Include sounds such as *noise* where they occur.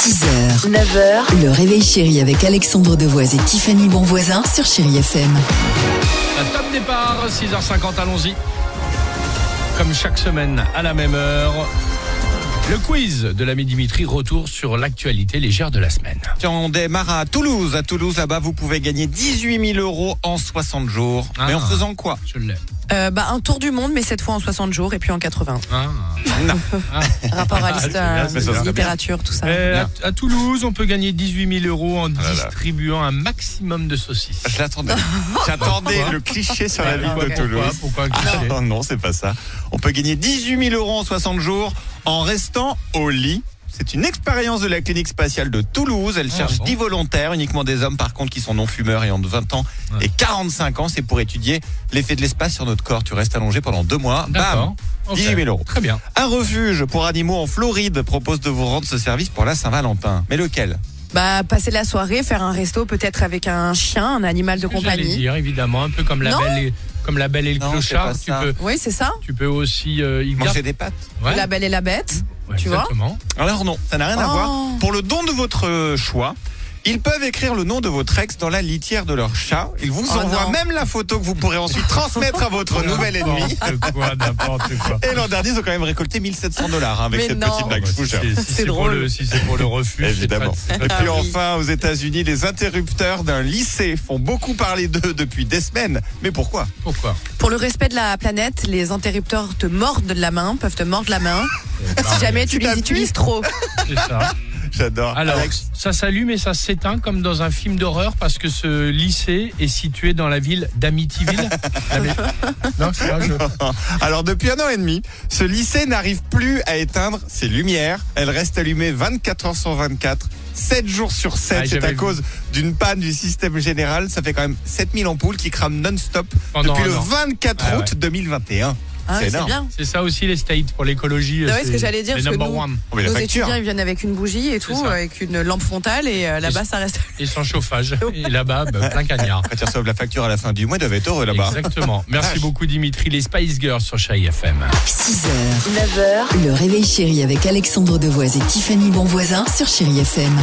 6h, 9h, le réveil chéri avec Alexandre Devoise et Tiffany Bonvoisin sur Chéri FM. Un top départ, 6h50, allons-y. Comme chaque semaine, à la même heure, le quiz de l'ami Dimitri, retour sur l'actualité légère de la semaine. Tiens, on démarre à Toulouse. À Toulouse, là-bas, vous pouvez gagner 18 000 euros en 60 jours. Mais Ah. en faisant quoi Je l'ai. Euh, bah, un tour du monde, mais cette fois en 60 jours et puis en 80. Ah. Rapport à l'histoire, Ah, à c'est bien, c'est bien. littérature, tout ça. Euh, à, à Toulouse, on peut gagner 18 000 euros en Ah là là. distribuant un maximum de saucisses. *laughs* Je l'attendais. J'attendais le cliché sur la Ah, ville de pourquoi, pourquoi, Toulouse. pourquoi un cliché Ah, *laughs* non, c'est pas ça. On peut gagner 18 000 euros en 60 jours en restant au lit. C'est une expérience de la clinique spatiale de Toulouse. Elle Ah, cherche bon 10 volontaires, uniquement des hommes par contre qui sont non-fumeurs et ont de 20 ans Ouais. et 45 ans. C'est pour étudier l'effet de l'espace sur notre corps. Tu restes allongé pendant deux mois. Bam D'accord. Ok. 18 000 euros. Très bien. Un refuge pour animaux en Floride propose de vous rendre ce service pour la Saint-Valentin. Mais lequel Bah, passer la soirée, faire un resto, peut-être avec un chien, un animal de J'allais compagnie. dire, évidemment, un peu comme la, Non. belle, et, comme la belle et le Non, c'est clochard. pas Tu ça. peux, Oui, c'est ça. tu peux aussi euh, y garder- Manger des pâtes Ouais, La belle et la bête. ouais, tu vois. exactement. Alors non, ça n'a rien à Oh. voir. Pour le don de votre euh, choix, ils peuvent écrire le nom de votre ex dans la litière de leur chat. Ils vous Oh envoient non. même la photo que vous pourrez ensuite transmettre à *laughs* votre nouvel ennemi. N'importe quoi, n'importe quoi. Et l'an dernier, ils ont quand même récolté 1700 dollars hein, avec Mais cette non. petite blague. je vous jure. Si- si C'est pour drôle. le- si c'est pour le refus, c'est Évidemment. pas- c'est Et pas- puis Ah oui. enfin, aux États-Unis, les interrupteurs d'un lycée font beaucoup parler d'eux depuis des semaines. Mais pourquoi Pourquoi Pour le respect de la planète, les interrupteurs te mordent de la main, peuvent te mordre la main, si Bah, jamais tu Tu les l'as utilises trop. C'est ça. *laughs* J'adore. Alors, Alex, ça s'allume et ça s'éteint comme dans un film d'horreur parce que ce lycée est situé dans la ville *laughs* d'Amityville. D'Ami- non, c'est un jeu. Hein. Alors depuis un an et demi, ce lycée n'arrive plus à éteindre ses lumières. Elles restent allumées 24 heures sur 24, 7 jours sur 7. Ah, C'est j'avais à vu. cause d'une panne du système général. Ça fait quand même 7000 ampoules qui crament non-stop Pendant depuis un le an. 24 Ah ouais. août 2021. Hein, c'est c'est énorme. bien. C'est ça aussi les States pour l'écologie. Ah ouais, c'est ce que j'allais dire, les parce que number nous- one. Oh, mais la Nos facture. étudiants, ils viennent avec une bougie et tout, ça. avec une lampe frontale, et euh, là-bas, ça reste. Et sans chauffage. Et là-bas, bah, plein cagnard. Quand ils reçoivent la facture à la fin du mois, ils doivent être heureux là-bas. Exactement. Merci beaucoup Dimitri. Les Spice Girls sur Chai FM. 6h, 9h, le réveil chéri avec Alexandre Devoise et Tiffany Bonvoisin sur Chéri FM.